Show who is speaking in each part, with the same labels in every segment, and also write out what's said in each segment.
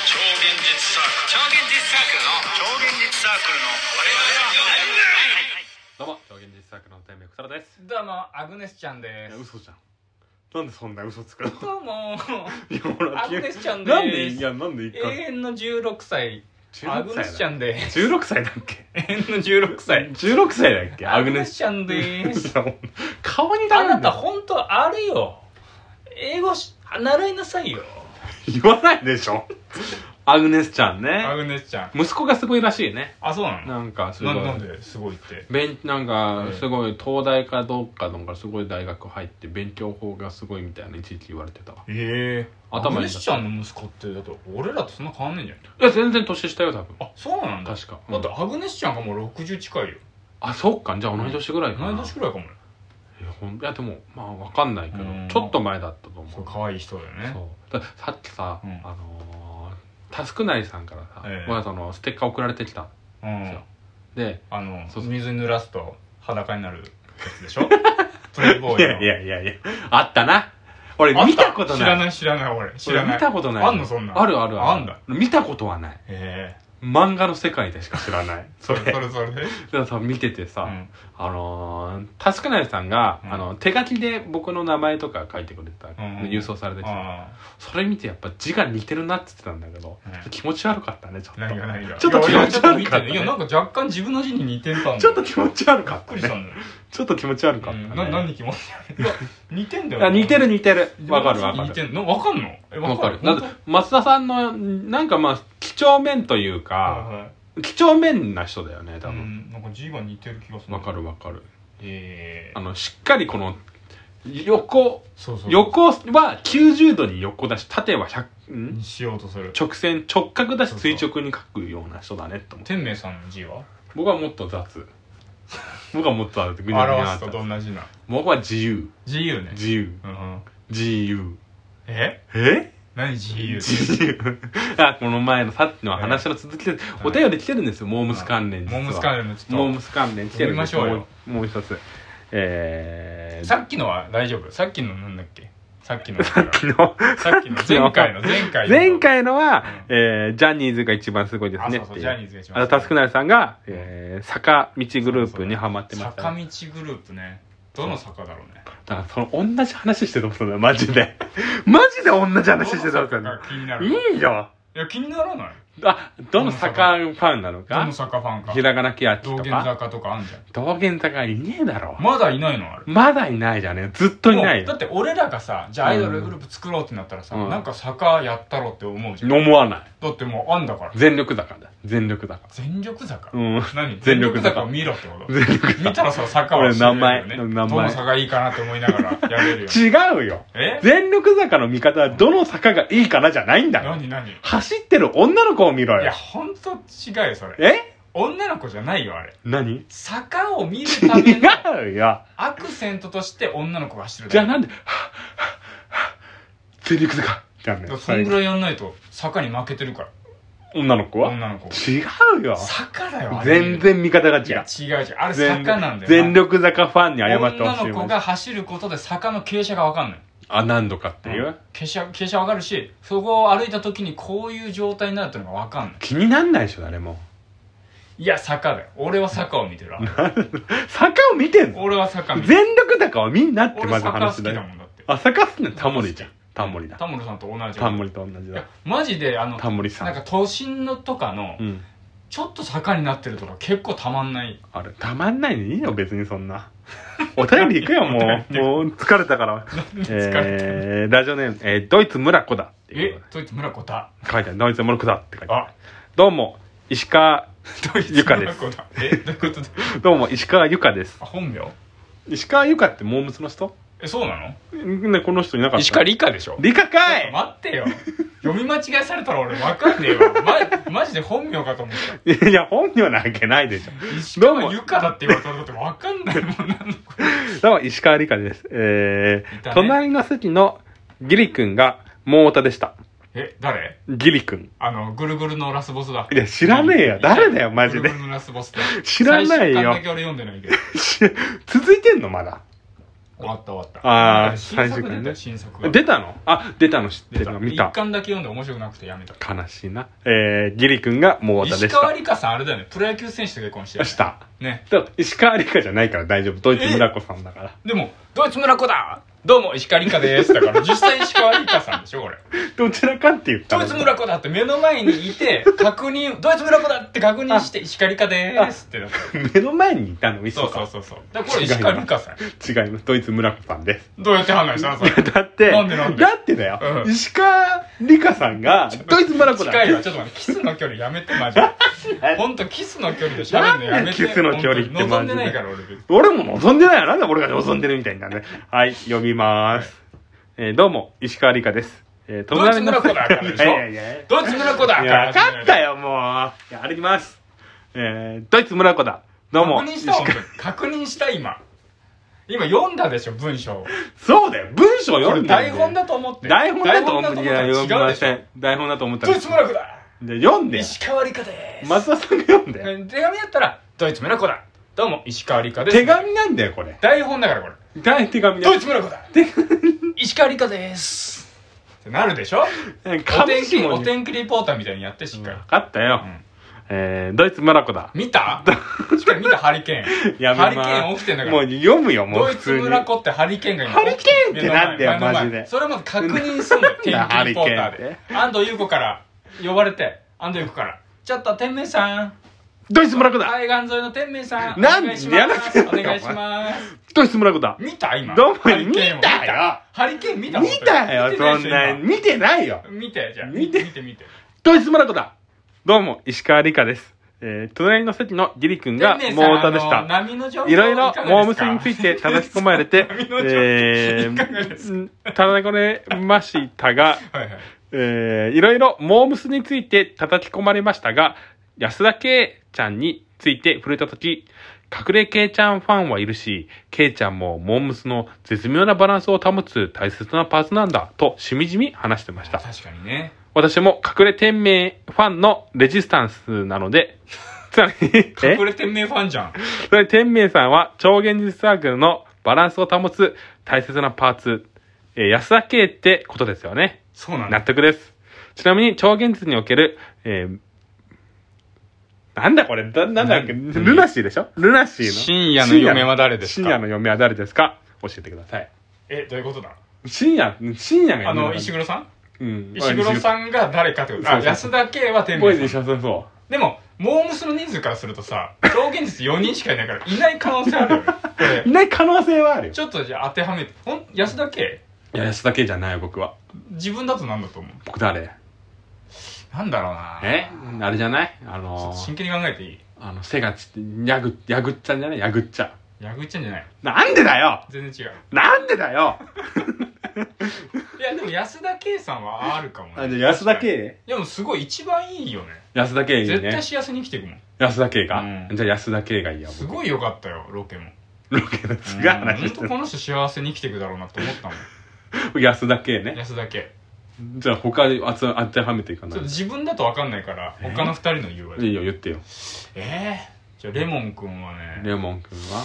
Speaker 1: 現実サークル
Speaker 2: 超現実サークルの
Speaker 1: 超現実サークルの我
Speaker 3: どうも超現実サークルの天命くたらです
Speaker 2: どうもアグネスちゃん
Speaker 3: いや
Speaker 2: です
Speaker 3: 嘘じゃんなんでそんな嘘 つくのい
Speaker 2: どうも
Speaker 3: やほら
Speaker 2: アグネスちゃんです
Speaker 3: なんでいやなんで
Speaker 2: 永
Speaker 3: 一回
Speaker 2: 遠の16歳アグネスちゃんで
Speaker 3: 16歳だっけ
Speaker 2: 永遠の16歳
Speaker 3: 16歳だっけアグネス
Speaker 2: ちゃんです
Speaker 3: 嘘顔にダ
Speaker 2: あ
Speaker 3: メな
Speaker 2: なん
Speaker 3: だ
Speaker 2: た
Speaker 3: よ
Speaker 2: 本当あれよ英語し習いなさいよ
Speaker 3: 言わないでしょアグネスちゃんね
Speaker 2: グネスちゃん
Speaker 3: 息子がすごいらしいね
Speaker 2: あそうなの
Speaker 3: なんかすご
Speaker 2: ないなんですごいって
Speaker 3: べんなんか
Speaker 2: ええ
Speaker 3: すごい東大かどうかのかすごい大学入って勉強法がすごいみたいな一時期言われてたわ
Speaker 2: ええア
Speaker 3: 頭いいんだ
Speaker 2: グネスちゃんの息子ってだって俺らとそんな変わんないんじゃない
Speaker 3: いや全然年下よ多分
Speaker 2: あそうなんだ
Speaker 3: 確か、う
Speaker 2: だ
Speaker 3: ん
Speaker 2: ってアグネスちゃんがもう60近いよ
Speaker 3: あそっかじゃあ同い年ぐらいかな
Speaker 2: 同い年くらいかもね
Speaker 3: いやほんいやでもまあわかんないけど
Speaker 2: うん
Speaker 3: ちょっと前だったと思う
Speaker 2: そう可愛い人だよね
Speaker 3: そうださっきさ、
Speaker 2: うん
Speaker 3: あのータスクなりさんからさ、
Speaker 2: ええ
Speaker 3: まあそのステッカー送られてきた
Speaker 2: うん
Speaker 3: で
Speaker 2: あの
Speaker 3: そうそう
Speaker 2: 水に濡らすと裸になるやつで しょプレイボーイの
Speaker 3: いやいやいやいやあったな俺
Speaker 2: あった
Speaker 3: 見たことない
Speaker 2: 知らない知らない俺知ら
Speaker 3: 俺
Speaker 2: ない
Speaker 3: 見たことない
Speaker 2: あんのそんな
Speaker 3: あるある
Speaker 2: あんだ
Speaker 3: 見たことはない
Speaker 2: へえ
Speaker 3: 漫画の世界でしか知らないそ
Speaker 2: そ
Speaker 3: れ
Speaker 2: れそれそれで
Speaker 3: でさ見ててさ、
Speaker 2: うん
Speaker 3: あのー、タスクなりさんが、
Speaker 2: うん
Speaker 3: あの手書きで僕の名前とか書いてくれた、
Speaker 2: んうん
Speaker 3: 郵送されてきた
Speaker 2: あ
Speaker 3: それ見てやっぱ字が似てるなっつってたんだけど、
Speaker 2: うん
Speaker 3: 気持ち悪かったねちょっと
Speaker 2: 何が何が
Speaker 3: ちょっと
Speaker 2: い
Speaker 3: 気
Speaker 2: や
Speaker 3: 持
Speaker 2: いや
Speaker 3: ち
Speaker 2: ょっと
Speaker 3: 悪
Speaker 2: 見
Speaker 3: かった、
Speaker 2: てる
Speaker 3: ね、
Speaker 2: いやなんか若干自分の字に似てたんだ
Speaker 3: ちょっと気持ち悪か
Speaker 2: びっ
Speaker 3: った
Speaker 2: くりした
Speaker 3: ね
Speaker 2: んだよ
Speaker 3: ちょっと気持ち悪か
Speaker 2: う
Speaker 3: ったね、
Speaker 2: んな何に気持ち悪いいや似てんだよ
Speaker 3: あ似てる似てるわかるわか
Speaker 2: 似て
Speaker 3: る
Speaker 2: んのわかんのえ
Speaker 3: わかる
Speaker 2: 本
Speaker 3: だって松田さんのなんかまあ几帳面という
Speaker 2: 当
Speaker 3: か、
Speaker 2: はいはい
Speaker 3: 几帳面な人だよね多
Speaker 2: う
Speaker 3: 分
Speaker 2: んなんか字が似てる気がする
Speaker 3: わ、かるわかる
Speaker 2: ええ
Speaker 3: あのしっかりこの横
Speaker 2: そうそう
Speaker 3: 横は90度に横だし縦は100ん
Speaker 2: にしようとする
Speaker 3: 直線直角だし
Speaker 2: そうそう
Speaker 3: 垂直に書くような人だねって思って
Speaker 2: 天明さんの字は
Speaker 3: 僕はもっと雑 僕はもっと雑ぐにゃぐにゃ
Speaker 2: 表
Speaker 3: なっ
Speaker 2: す
Speaker 3: た
Speaker 2: とどんな字なの
Speaker 3: 僕は自由
Speaker 2: 自由ね
Speaker 3: 自由
Speaker 2: うん
Speaker 3: 自由
Speaker 2: え
Speaker 3: え
Speaker 2: 何自由
Speaker 3: 自由 あこの前のさっきの話の続きでお便り来てるんですよモームス関連実
Speaker 2: モ
Speaker 3: は
Speaker 2: ームス関連のち
Speaker 3: モー
Speaker 2: ょっ
Speaker 3: ムス関連来てるんです
Speaker 2: 読みましょうよ
Speaker 3: もうもう一つえー
Speaker 2: とさっきのは大丈夫さっきのなんだっけさっ きの
Speaker 3: さっきの
Speaker 2: さっきの前回の前回の
Speaker 3: 前回のは
Speaker 2: う、
Speaker 3: えージャニーズが一番すごいです
Speaker 2: あ
Speaker 3: ね
Speaker 2: そう
Speaker 3: っ
Speaker 2: そ
Speaker 3: て
Speaker 2: う
Speaker 3: い
Speaker 2: ジャニ
Speaker 3: う
Speaker 2: ーズが一
Speaker 3: あと
Speaker 2: 番
Speaker 3: タスクナルさんが、えー坂道グループにハマってました
Speaker 2: 坂
Speaker 3: ね
Speaker 2: 道グループねどの坂だろうね
Speaker 3: だからその同じ話してたことだよマジで マジで同じ話してたこと
Speaker 2: ど
Speaker 3: だ
Speaker 2: の
Speaker 3: よ
Speaker 2: 坂が気になる
Speaker 3: いいよ
Speaker 2: いや気にならない
Speaker 3: あどの坂ファンなの
Speaker 2: ど
Speaker 3: か
Speaker 2: の坂ファンか
Speaker 3: ひらがなきあき
Speaker 2: 道
Speaker 3: と
Speaker 2: 玄
Speaker 3: か
Speaker 2: 坂とかあんじゃん
Speaker 3: 道玄坂いねえだろ
Speaker 2: まだいないのあれ
Speaker 3: まだいないじゃねえずっといない
Speaker 2: もうだ
Speaker 3: よ
Speaker 2: って俺らがさじゃあアイドルグループ作ろうってなったらさ、
Speaker 3: うん
Speaker 2: なんか坂やったろって思うじゃん、
Speaker 3: 思わない
Speaker 2: だってもうあんだから
Speaker 3: 全力坂だ全力坂
Speaker 2: 全力坂、
Speaker 3: うん
Speaker 2: 何
Speaker 3: 全
Speaker 2: 全
Speaker 3: 力
Speaker 2: 力
Speaker 3: 坂
Speaker 2: 坂見ろってこと
Speaker 3: 全力
Speaker 2: 見たらさ坂は知れるよね
Speaker 3: 俺名前名前
Speaker 2: どの坂いいかなって思いながらやれる よね
Speaker 3: 違うよ
Speaker 2: え
Speaker 3: 全力坂の見方はどの坂がいいかなじゃないんだよ
Speaker 2: 何何い
Speaker 3: 走ってる女の子を見ろ
Speaker 2: や
Speaker 3: よ
Speaker 2: ほんと違うよそれ
Speaker 3: え
Speaker 2: 女の子じゃないよあれ
Speaker 3: 何
Speaker 2: 坂を見るための
Speaker 3: 違うよ
Speaker 2: アクセントとして女の子が走る
Speaker 3: じゃあなん
Speaker 2: で
Speaker 3: ではぁはぁはぁ全力坂じゃあね
Speaker 2: そんぐらいやんないと坂に負けてるから
Speaker 3: 女の子は
Speaker 2: 女の子
Speaker 3: 違うよ
Speaker 2: 坂だよあれ
Speaker 3: 全然見方が違
Speaker 2: いや
Speaker 3: う
Speaker 2: 違う違うあれ
Speaker 3: 全
Speaker 2: 坂なんだよ
Speaker 3: 全力坂ファンに謝ってほし
Speaker 2: 女
Speaker 3: い
Speaker 2: の子
Speaker 3: わ
Speaker 2: が走ることで坂の傾斜が分かんない
Speaker 3: あ何度かっていう、
Speaker 2: 傾斜傾斜分かるしそこを歩いた時にこういう状態になるっていうのが分かんない
Speaker 3: 気になんないでしょ誰も
Speaker 2: いや坂だよ俺は坂を見てるわ
Speaker 3: 坂を見てんの
Speaker 2: 俺は坂 見てる
Speaker 3: 全力坂を見んなってま
Speaker 2: 俺
Speaker 3: ず
Speaker 2: 坂好
Speaker 3: 話
Speaker 2: き
Speaker 3: だ
Speaker 2: だ
Speaker 3: よ
Speaker 2: もんだって
Speaker 3: あ坂好きなのタモリじゃんタモリだ
Speaker 2: タモリさんと同じ
Speaker 3: タモリと同じ
Speaker 2: いや
Speaker 3: だ
Speaker 2: マジであの
Speaker 3: タモリさん
Speaker 2: なんか都心のとかの
Speaker 3: うん
Speaker 2: ちょっと坂になってるとか結構たまんない
Speaker 3: あれたまんないでいいよ別にそんなお便り行くよ もうもう疲れたから
Speaker 2: 疲れた
Speaker 3: えー、ラジオネーム、えー、ドイツ村子だってい
Speaker 2: え
Speaker 3: う
Speaker 2: ドイツ村子だ
Speaker 3: 書いてあるドイツ村子だって書いてある
Speaker 2: あ
Speaker 3: どうも石川
Speaker 2: ドイツ村子だえどういうことだ
Speaker 3: どうも石川由香です
Speaker 2: あ本名
Speaker 3: 石川由香ってモームスの人
Speaker 2: えそうなの
Speaker 3: んねこの人いなかった
Speaker 2: 理科でしょ
Speaker 3: 理香かい
Speaker 2: 待ってよ読み間違いされたら俺わかんねえ わ、ま、マジで本名かと思っ
Speaker 3: いや本名なわけないでしょ
Speaker 2: た石
Speaker 3: どうも
Speaker 2: 川由香だって言われたらだってわかんないもんなんのこれ
Speaker 3: どうも石川理香ですえ
Speaker 2: い
Speaker 3: ー
Speaker 2: たね
Speaker 3: 隣の席のギリ君がモータでした
Speaker 2: え誰
Speaker 3: ギリ 君
Speaker 2: あのぐるぐるのラスボスだ
Speaker 3: いや知らねえよ誰だよマジ
Speaker 2: ぐ
Speaker 3: で
Speaker 2: るぐるのラスボスだ
Speaker 3: 知らないよ
Speaker 2: 最新巻だけ俺読んでないけど
Speaker 3: し続いてんのまだ
Speaker 2: 終わった終わった
Speaker 3: あー
Speaker 2: 新
Speaker 3: 最
Speaker 2: 作
Speaker 3: 終
Speaker 2: 出
Speaker 3: 回
Speaker 2: た
Speaker 3: ね
Speaker 2: 新作
Speaker 3: 出たのあ出たの知って
Speaker 2: 出
Speaker 3: る
Speaker 2: た
Speaker 3: の見
Speaker 2: 一
Speaker 3: た
Speaker 2: 巻だけ読んで面白くなくてやめた
Speaker 3: 悲しいなえー、ギリ君が桃田
Speaker 2: 石
Speaker 3: でした
Speaker 2: 川理香さんあれだよねプロ野球選手と結婚してる
Speaker 3: した
Speaker 2: ね
Speaker 3: でも石川理香じゃないから大丈夫ドイツ村子さんだから
Speaker 2: でも「ドイツ村子だどうも石川理香です」だ から実際石川理香さんでしょこれ
Speaker 3: どちらかって言った
Speaker 2: ド
Speaker 3: ら
Speaker 2: イツ村子だって目の前にいて確認ドイツ村子だって確認して石川理香でーすってなった
Speaker 3: 目の前にいたの嘘
Speaker 2: そう
Speaker 3: か
Speaker 2: そうそうそうだからこれ石川理香さん
Speaker 3: 違いますドイツ村子さんです
Speaker 2: どうやって判断したのそれ
Speaker 3: だって
Speaker 2: なんでなんで
Speaker 3: だってだよ、
Speaker 2: うん
Speaker 3: 石川理香さんがドイツ村子だ
Speaker 2: 近いわちょっと待ってキスの距離やめてマジで本当キスの距離で喋るのやめて
Speaker 3: なんでキスの距離ってマジで
Speaker 2: 本当に望んでないから俺別に
Speaker 3: 俺も望んでないよなんで俺が望んでるみたいなんではい呼びます、えーどうも石川理香です、えー、
Speaker 2: ドイツ村子だからでしょ
Speaker 3: いやいやいや
Speaker 2: ドイツ村子だ
Speaker 3: いや、分かったよ、もう。いや、歩きます。えー、ドイツ村子だ。どうも。
Speaker 2: 確認した本当に確認した今今読んだでしょ文章を
Speaker 3: そうだよ、文章
Speaker 2: こ
Speaker 3: 読
Speaker 2: れ
Speaker 3: んだよ
Speaker 2: 台本だと思って
Speaker 3: 台本だと思っ
Speaker 2: 台
Speaker 3: て、
Speaker 2: 本
Speaker 3: い
Speaker 2: だ
Speaker 3: や、
Speaker 2: と
Speaker 3: 読み
Speaker 2: 思ったら違う
Speaker 3: ま
Speaker 2: でしょ
Speaker 3: せん。台本だと思った
Speaker 2: ド
Speaker 3: ら。
Speaker 2: イツ村子だ
Speaker 3: じゃあ読んでよ。
Speaker 2: 石川理香です
Speaker 3: 松田さんが読んでよ。
Speaker 2: 手紙だったらドイツ村子だどうも石川理香です
Speaker 3: 手紙なんだよ、これ。
Speaker 2: 台本だからこれ
Speaker 3: 大手紙だ
Speaker 2: ドイ
Speaker 3: よ。
Speaker 2: ツ村子だ石川理香ですってなるでしょお天
Speaker 3: 紙
Speaker 2: 気
Speaker 3: 紐
Speaker 2: お
Speaker 3: に
Speaker 2: 天気リポーターみたいにやってしっかり
Speaker 3: 分かったよ
Speaker 2: うん。
Speaker 3: えー、ドイツ村子 だ。
Speaker 2: 見たしっかり見たハリケーン
Speaker 3: やめま
Speaker 2: ハリケーン起きてんだから
Speaker 3: もう読むよ、もう
Speaker 2: ドイ
Speaker 3: 普
Speaker 2: ツ
Speaker 3: 通に。
Speaker 2: 村子ってハリケーンが今
Speaker 3: ハリケーンってなんだよ
Speaker 2: 目の前
Speaker 3: マジで
Speaker 2: 目の前それまず確認すんだよ天
Speaker 3: なんだ
Speaker 2: 気リポータ
Speaker 3: ハリ
Speaker 2: ー
Speaker 3: ケーン
Speaker 2: で安藤優子から呼ばれて安藤優子からちょっと天明さん
Speaker 3: ドイツ村子だ
Speaker 2: 海岸沿いの天明さん
Speaker 3: なん
Speaker 2: お願いし
Speaker 3: や
Speaker 2: ま
Speaker 3: らせ
Speaker 2: す
Speaker 3: ろ
Speaker 2: お願いします
Speaker 3: ドイツ村子だ。
Speaker 2: 見た今
Speaker 3: どうも
Speaker 2: ハリケーンを
Speaker 3: 見たよ
Speaker 2: ハリケーン見た
Speaker 3: 見たよ、
Speaker 2: 見て
Speaker 3: そ
Speaker 2: ないでし
Speaker 3: ん
Speaker 2: ょ
Speaker 3: な。
Speaker 2: 今
Speaker 3: 見てないよ。
Speaker 2: 見てじゃあ
Speaker 3: 見て
Speaker 2: 見て見て
Speaker 3: ドイツ村子だどうも、石川理香です。えー、隣の席のギリ君が
Speaker 2: 天明さん
Speaker 3: モータでし
Speaker 2: あの
Speaker 3: た。
Speaker 2: 波の状況
Speaker 3: いろいろ
Speaker 2: かがです、か
Speaker 3: モームスについ て正し込まれて
Speaker 2: 波の、状況
Speaker 3: え
Speaker 2: いかがです
Speaker 3: ー、ただこれましたが、
Speaker 2: はいはい
Speaker 3: えー、いろいろモームスについて叩き込まれましたが、安田圭ちゃんについて触れたとき、隠れ圭ちゃんファンはいるし、圭ちゃんもモームスの絶妙なバランスを保つ大切なパーツなんだ、としみじみ話してました。
Speaker 2: 確かにね
Speaker 3: 私も隠れ天命ファンのレジスタンスなので、つまり、え
Speaker 2: 隠れ天明ファンじゃん
Speaker 3: つまり天命さんは超現実サークルのバランスを保つ大切なパーツ、えー安田圭ってことですよね。
Speaker 2: そうなんだ
Speaker 3: 納得です。ちなみに超現実における、えーなんだこれだなんだっけ
Speaker 2: 何
Speaker 3: ルナシーでしょルナシーの。
Speaker 2: 深夜の嫁は誰ですか
Speaker 3: 深夜の嫁は誰ですか教えてください。
Speaker 2: えどういうことだ
Speaker 3: 深夜、深夜が嫁だ
Speaker 2: あの
Speaker 3: から
Speaker 2: 石黒さん
Speaker 3: うん
Speaker 2: 石黒
Speaker 3: ん。
Speaker 2: さんが誰かってことあ
Speaker 3: そうそ
Speaker 2: 安田圭は天
Speaker 3: ボイ
Speaker 2: 明
Speaker 3: ズ
Speaker 2: さん
Speaker 3: 一緒そうそう。
Speaker 2: でもモームスの人数からするとさ超現実4人しかいないからいない可能性 あるよねこれ
Speaker 3: いない可能性はあるよ
Speaker 2: ち。ょっとじゃあ当てはめてほん安田圭
Speaker 3: いや、安だけじゃないよ、僕は。
Speaker 2: 自分だと何だと思う
Speaker 3: 僕誰
Speaker 2: なんだろうな
Speaker 3: えあれじゃないあ
Speaker 2: ちょ
Speaker 3: の
Speaker 2: っと、真剣に考えていい
Speaker 3: あの、背がちって、やぐ、やぐっちゃんじゃないやぐっちゃん。
Speaker 2: ヤグっちゃんじゃない
Speaker 3: なんでだよ
Speaker 2: 全然違う
Speaker 3: なんでだよ
Speaker 2: いやでも安田圭さんはあるかもね
Speaker 3: 圭
Speaker 2: でもすごい一番いいよね
Speaker 3: 安田圭いい
Speaker 2: 絶
Speaker 3: ね
Speaker 2: 対。幸せに生きていくもん
Speaker 3: 安田圭が、
Speaker 2: うん
Speaker 3: じゃあ安田圭がいいや、
Speaker 2: す
Speaker 3: 僕。
Speaker 2: ごい良かったよロケも
Speaker 3: ロケのすが話して
Speaker 2: 本当この人幸せに生きていくだろうなと思った もん
Speaker 3: る。安田圭ね。
Speaker 2: 安田圭
Speaker 3: じゃあ他あつ当てはめていか
Speaker 2: ち
Speaker 3: な
Speaker 2: ょ
Speaker 3: い
Speaker 2: っと。自分だと分かんないから
Speaker 3: え
Speaker 2: 他の二人の言うわ
Speaker 3: いいよ、言ってよ。
Speaker 2: えー、じゃあレモン君はね
Speaker 3: レモン君は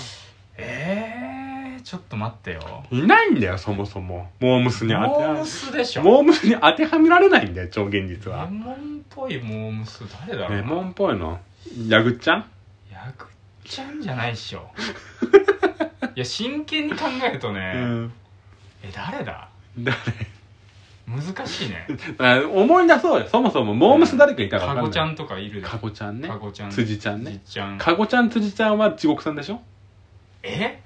Speaker 2: えー、ちょっと待ってよ
Speaker 3: いないんだよ、そもそも。モームス
Speaker 2: モ
Speaker 3: に当て
Speaker 2: ー
Speaker 3: は
Speaker 2: ムスでし
Speaker 3: め、
Speaker 2: ょ
Speaker 3: モームスに当てはめられないんだよ、超現実
Speaker 2: レ
Speaker 3: は。
Speaker 2: モンっぽいモームス誰だろう
Speaker 3: レ
Speaker 2: な
Speaker 3: モンっぽいのやぐっちゃん
Speaker 2: ヤクちゃんじゃない っしょいや真剣に考えるとね、
Speaker 3: うん。
Speaker 2: え誰だ
Speaker 3: 誰
Speaker 2: 難しいね
Speaker 3: あ思い出そうよそもそもモームス誰かいたか
Speaker 2: カ
Speaker 3: 分か
Speaker 2: ゴ
Speaker 3: ん
Speaker 2: ちゃ
Speaker 3: ない
Speaker 2: んとかいるで
Speaker 3: カゴちゃんね
Speaker 2: カゴちゃん
Speaker 3: 辻ちゃんね
Speaker 2: じっちゃん
Speaker 3: カゴちゃん辻ちゃんは地獄さんでしょ
Speaker 2: え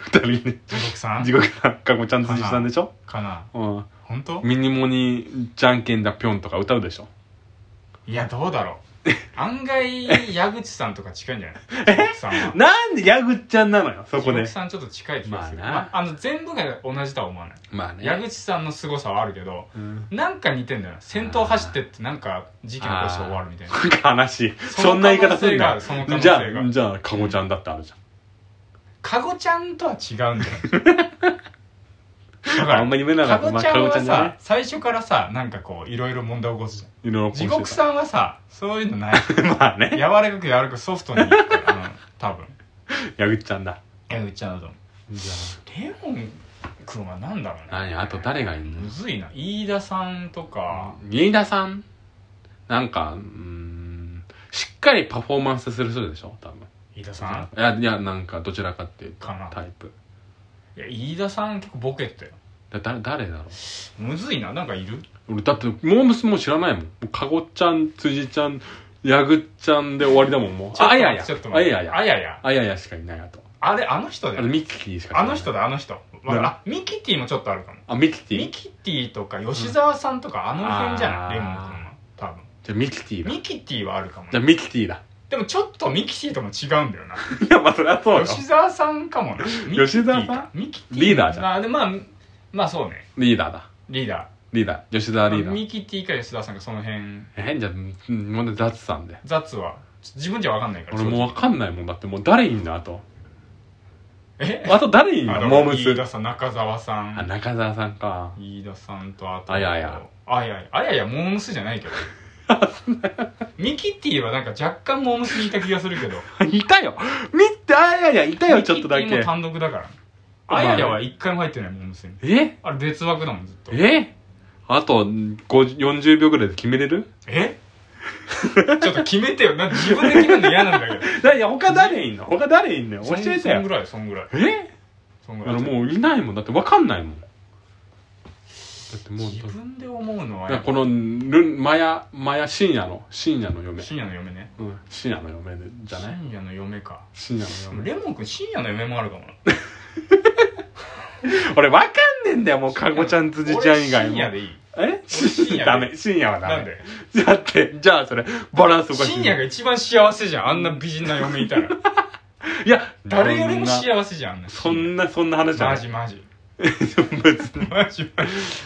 Speaker 3: 二人ね
Speaker 2: 地獄さん
Speaker 3: 地獄さんカゴちゃん辻さんでしょ
Speaker 2: かな
Speaker 3: うん
Speaker 2: 本当
Speaker 3: ミニモニじゃんけんだぴょんとか歌うでしょ
Speaker 2: いやどうだろう案外矢口さんとか近いんじゃない地獄さんは
Speaker 3: なんでヤグっちゃんなのよそ
Speaker 2: 地
Speaker 3: こ
Speaker 2: 獄
Speaker 3: で
Speaker 2: さんちょっと近い気がする、
Speaker 3: まあな
Speaker 2: まあ、あの全部が同じとは思わない
Speaker 3: まあ
Speaker 2: 矢口さんの凄さはあるけど
Speaker 3: うん
Speaker 2: なんか似てんだよな先頭走ってってなんか事件起こして終わるみたいな
Speaker 3: 悲しいそ
Speaker 2: そ
Speaker 3: ん
Speaker 2: の
Speaker 3: な言い
Speaker 2: 可
Speaker 3: 方
Speaker 2: 能
Speaker 3: する
Speaker 2: 性
Speaker 3: ん
Speaker 2: があ
Speaker 3: だ
Speaker 2: るその可能
Speaker 3: じ
Speaker 2: 性
Speaker 3: ゃ
Speaker 2: が
Speaker 3: あじゃあカゴちゃんだってあるじゃん
Speaker 2: カゴちゃんとは違うんだよ だか
Speaker 3: あんまり夢なかった
Speaker 2: カゴちゃ
Speaker 3: ま
Speaker 2: ん
Speaker 3: あカゴちゃ
Speaker 2: は
Speaker 3: んじゃな
Speaker 2: さ
Speaker 3: い
Speaker 2: 最初からさなんかこういろいろ問題起こすじゃ
Speaker 3: いろいろ
Speaker 2: ん地獄さんはさそういうのない
Speaker 3: ん まあ
Speaker 2: 柔
Speaker 3: ね
Speaker 2: らかく柔らかくソフトにいくからあの多分
Speaker 3: ヤグっちゃんだ
Speaker 2: えうっちゃんだと思う
Speaker 3: じゃ
Speaker 2: ヘモン君は何だろうね
Speaker 3: 何あと誰がいるの
Speaker 2: むずいな飯田さんとか
Speaker 3: 飯田さんなんかうーんしっかりパフォーマンスする人でしょ多分
Speaker 2: 飯田さ
Speaker 3: いやいやなんかどちらかっていうと
Speaker 2: かな
Speaker 3: タイプ
Speaker 2: んいや飯田さん結構ボケてたよ
Speaker 3: だだ誰だろ
Speaker 2: むずいななんかいる
Speaker 3: う俺だってモームスもう知らないもんもうかごちゃん辻ちゃんやぐちゃんで終わりだもんもう
Speaker 2: ちょっと
Speaker 3: あ
Speaker 2: 待って
Speaker 3: やや
Speaker 2: ちょっと
Speaker 3: あ
Speaker 2: 待って
Speaker 3: やや
Speaker 2: あやや
Speaker 3: あややしかいないあと
Speaker 2: あれあの人だ
Speaker 3: あ
Speaker 2: よ
Speaker 3: れミキティしか知ら
Speaker 2: あ
Speaker 3: ない
Speaker 2: の人だあの人
Speaker 3: 誰
Speaker 2: あミキティもちょっとあるかも
Speaker 3: あミキティ
Speaker 2: ミキティとか吉沢さんとかあの辺じゃない、
Speaker 3: あー
Speaker 2: レモン君は多分
Speaker 3: じゃあミキティだ
Speaker 2: ミキティはあるかもね
Speaker 3: じゃあミキティ だ
Speaker 2: でもちょっとミキティとも違うんだよな
Speaker 3: いやまあそりゃそうよ
Speaker 2: 吉沢さんかもね
Speaker 3: 吉沢さ
Speaker 2: んミキティ
Speaker 3: リーダーじゃん
Speaker 2: まあでまあまあそうね
Speaker 3: リーダーだ
Speaker 2: リーダ
Speaker 3: リーダー吉沢リ
Speaker 2: ー
Speaker 3: ーダー
Speaker 2: ミキティか吉沢さんかその辺
Speaker 3: えじゃあうんほんで雑さんで
Speaker 2: 雑は自分じゃ分かんないから
Speaker 3: 俺もう分かんないもんだってもう誰いんのあと
Speaker 2: え
Speaker 3: あと誰いん
Speaker 2: あ
Speaker 3: の
Speaker 2: の
Speaker 3: モーム
Speaker 2: 飯田
Speaker 3: ス
Speaker 2: さん中澤さ
Speaker 3: あ
Speaker 2: ん
Speaker 3: 中澤さんか
Speaker 2: 飯田さんとあと
Speaker 3: あやや
Speaker 2: あややあややモームスじゃないけど ミキティはなんか若干モームスにいた気がするけど
Speaker 3: いたよ見てあいやいやいたよちょっとだ
Speaker 2: ミキティ
Speaker 3: け
Speaker 2: も単独だから
Speaker 3: まあ
Speaker 2: あややは一回も入ってないモームスに
Speaker 3: え
Speaker 2: あれ別枠だもんずっと
Speaker 3: えあと50 40秒ぐらいで決めれる
Speaker 2: え ちょっと決めてよなんか自分で決めるの嫌なんだけど
Speaker 3: いや他誰いんの他誰いんの教えて
Speaker 2: そんそん
Speaker 3: よ
Speaker 2: ぐらいそんぐらい
Speaker 3: え
Speaker 2: そんぐ
Speaker 3: あ
Speaker 2: らい
Speaker 3: のもういないもんだって分かんないもんだってもう
Speaker 2: 自分で思う
Speaker 3: だ
Speaker 2: のは
Speaker 3: か
Speaker 2: や
Speaker 3: ら
Speaker 2: っぱ
Speaker 3: このルンマヤマヤ深夜の深夜の嫁、
Speaker 2: 深夜の嫁ね
Speaker 3: うん、深夜の嫁じゃない
Speaker 2: 深夜の嫁か
Speaker 3: 深夜の嫁
Speaker 2: レモン君深夜の嫁もあるかもな
Speaker 3: 俺分かんねえんだよもうかごちゃん辻ちゃん以外
Speaker 2: 俺深
Speaker 3: も
Speaker 2: 夜でいい
Speaker 3: え
Speaker 2: 深夜で
Speaker 3: ダメ深夜はダメ
Speaker 2: なんで
Speaker 3: だってじゃあそれバランスおかしい
Speaker 2: 深夜が一番幸せじゃんあんな美人な嫁 いたら
Speaker 3: いや
Speaker 2: 誰よりも
Speaker 3: そんな
Speaker 2: 幸せじゃんあんな
Speaker 3: そんな、そんな話じゃな
Speaker 2: マ
Speaker 3: い。
Speaker 2: ジマジ
Speaker 3: 別に
Speaker 2: マジマジ